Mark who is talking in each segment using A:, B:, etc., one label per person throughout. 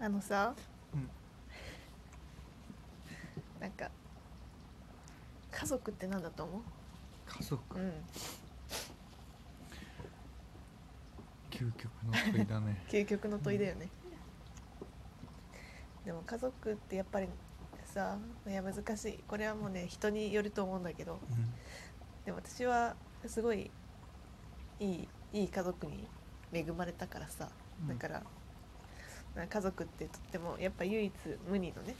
A: あのさ、
B: うん
A: なんか家族って何だと思
B: 家族
A: う、うん、
B: 究極の問いだね
A: 究極の問いだよね、でも家族ってやっぱりさいや難しいこれはもうね人によると思うんだけど
B: うん
A: でも私はすごいいいいい家族に恵まれたからさ、
B: うん
A: だからなんか家族ってとってもやっぱ唯一無二のね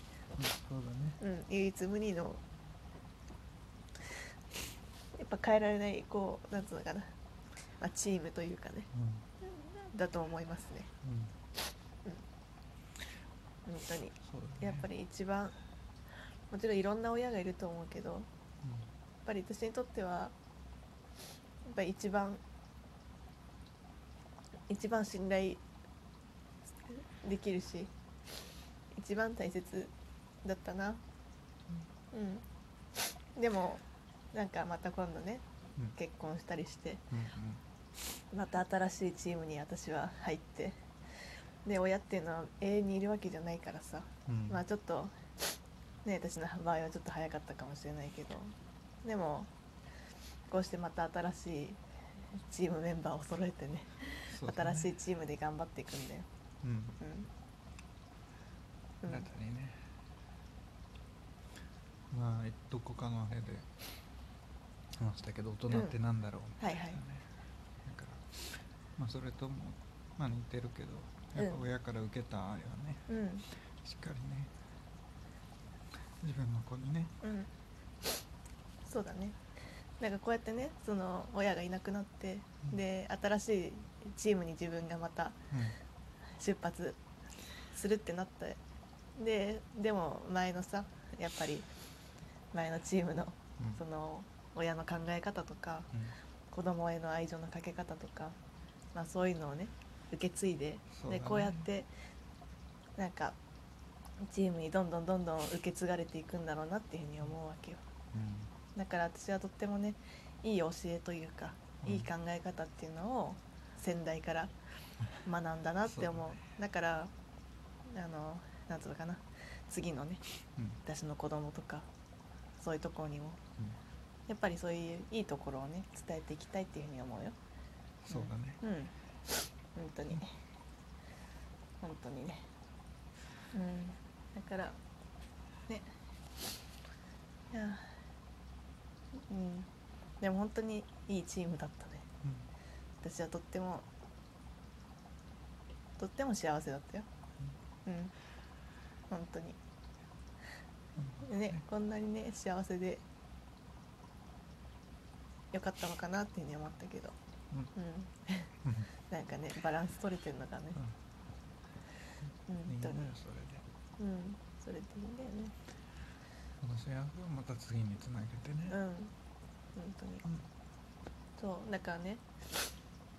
B: そうだ
A: う
B: ね
A: ん、唯一無二のやっぱ変えられないこうなんつうのかな、まあ、チームというかね
B: う
A: だと思いますね
B: んうん
A: 本当に
B: そうだね
A: やっぱり一番もちろんいろんな親がいると思うけどやっぱり私にとってはやっぱり一番一番信頼できるし一番大切だったなうんでもなんかまた今度ね
B: うんうん
A: 結婚したりして
B: うん
A: また新しいチームに私は入ってで親っていうのは永遠にいるわけじゃないからさ、
B: うんうん
A: まあちょっとね私の場合はちょっと早かったかもしれないけどでもこうしてまた新しいチームメンバーを揃えてね
B: そうだね
A: 新しいチームで頑張っていくんだよ。
B: うん
A: うん、う
B: 新
A: ん
B: たにねまあどこかのあれで話したけど大人ってなんだろうみたいなね、だからまあそれともまあ似てるけどやっぱ
A: うん
B: 親から受けたあれはね、
A: うん
B: しっかりね自分の子にね
A: うん、そうだねなんかこうやってねその親がいなくなって、
B: うん
A: で新しいチームに自分がまた
B: う
A: 出発するってなってででも前のさやっぱり前のチームの
B: んうん
A: その親の考え方とか
B: うん
A: 子供への愛情のかけ方とか、まあ、そういうのをね受け継いで
B: そうだ
A: で
B: ね
A: こうやってなんかチームにどんどんどんどん受け継がれていくんだろうなっていうふうに思うわけよ。
B: う
A: だから私はとってもねいい教えというか、
B: うん
A: いい考え方っていうのを先代から学んだなって思う
B: そうだね
A: だからあのなんつうのかな次のね
B: んうん
A: 私の子供とかそういうところにも
B: うん
A: やっぱりそういういいところをね伝えていきたいっていうふうに思うよ
B: そうだね
A: うん本当に本当にねうんだからねいやうんでも本当にいいチームだったね
B: うん
A: 私はとってもとっても幸せだったようん本当に
B: うん
A: でねこんなにね幸せでよかったのかなっていうふうに思ったけど
B: うん
A: うん
B: うん
A: なんかねバランス取れてるのがね、うん
B: うんいい
A: 本
B: ね
A: 当に、
B: それで
A: うん、それでいいんだよね
B: この幸せをまた次につなげて
A: うん
B: ね
A: 本当に
B: うん
A: そうだからね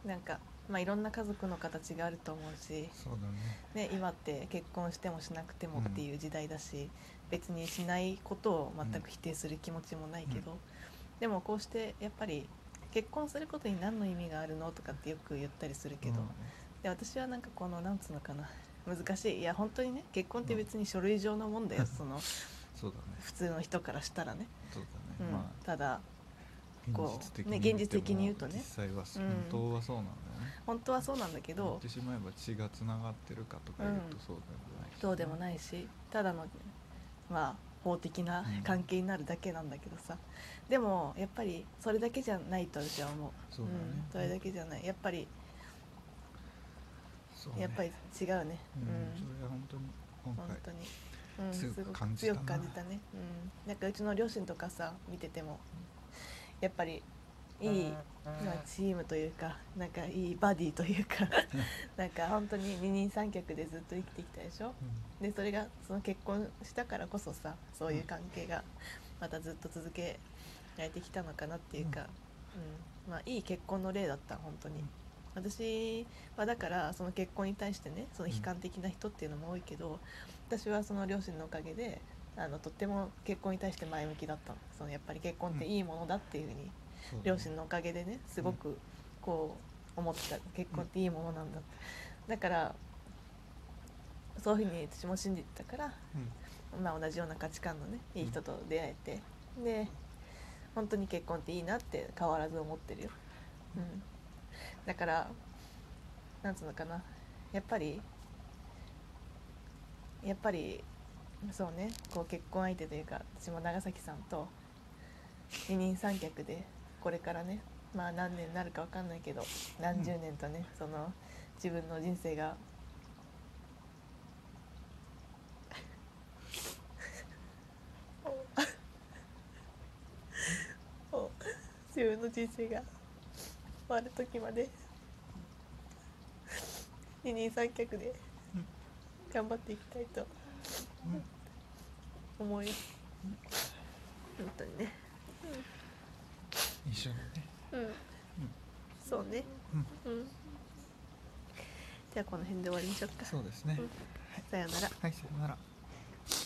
A: なんかまあいろんな家族の形があると思うし、
B: そうだね
A: ね、今って結婚してもしなくてもっていう時代だし、別にしないことを全く否定する気持ちもないけど、でもこうしてやっぱり結婚することに何の意味があるのとかってよく言ったりするけど、
B: うん
A: で私はなんかこのなんつうのかな難しいいや本当にね結婚って別に書類上のも んだよ、その
B: そうだね
A: 普通の人からしたらね、
B: そう
A: う
B: だ
A: ん
B: ねまあ
A: ただこう
B: 現実的
A: ね
B: に言っても
A: 現実的に言うとね
B: 実際はそう
A: うん
B: 本当はそうなんだよね
A: 本当はそうなんだけ
B: 言っ
A: ど
B: てしまえば血がつながってるかとか言うと
A: うん
B: そうでもないしね
A: そうでもないしただのまあ法的な
B: うん
A: 関係になるだけなんだけどさ、でもやっぱりそれだけじゃないと私は思う
B: そうだね
A: ん、それだけじゃないやっぱり、
B: そうね
A: やっぱり違うね
B: う
A: うんん、
B: それは本当に今
A: 本
B: 回
A: 当に、うん、
B: 強く
A: すごく
B: 感じた
A: 強
B: な
A: く感じたね、うん、なんかうちの両親とかさ見ててもやっぱりいい、まあ、チームというかなんかいいバディという かなんか本当に二人三脚でずっと生きてきたでしょ
B: うん
A: でそれがその結婚したからこそさそういう関係がまたずっと続けられてきたのかなっていうか、うんまあ、いい結婚の例だった本当に
B: うん。
A: 私はだからその結婚に対してねその悲観的な人っていうのも多いけど私はその両親のおかげであのとっても結婚に対して前向きだったのそのやっぱり結婚っていいものだっていうふうに
B: そうだね
A: 両親のおかげでねすごくこう思ってた結婚っていいものなんだ、だからそういうふうに私も信じてたから、
B: うん
A: まあ、同じような価値観のねいい人と出会えてで本当に結婚っていいなって変わらず思ってるよ、うん、だからなんつうのかなやっぱりやっぱりそうねこう結婚相手というか私も長崎さんと二人三脚でこれからねまあ何年になるかわかんないけど何十年とね、その自分の人生がお 自分の人生が終わる時まで二人三脚で
B: うん
A: 頑張っていきたいと
B: うん
A: 思い本当にね
B: 一緒にね
A: うんそうねうんじゃあこの辺で終わりにしようか
B: そうですね
A: さようなら
B: はいさよなら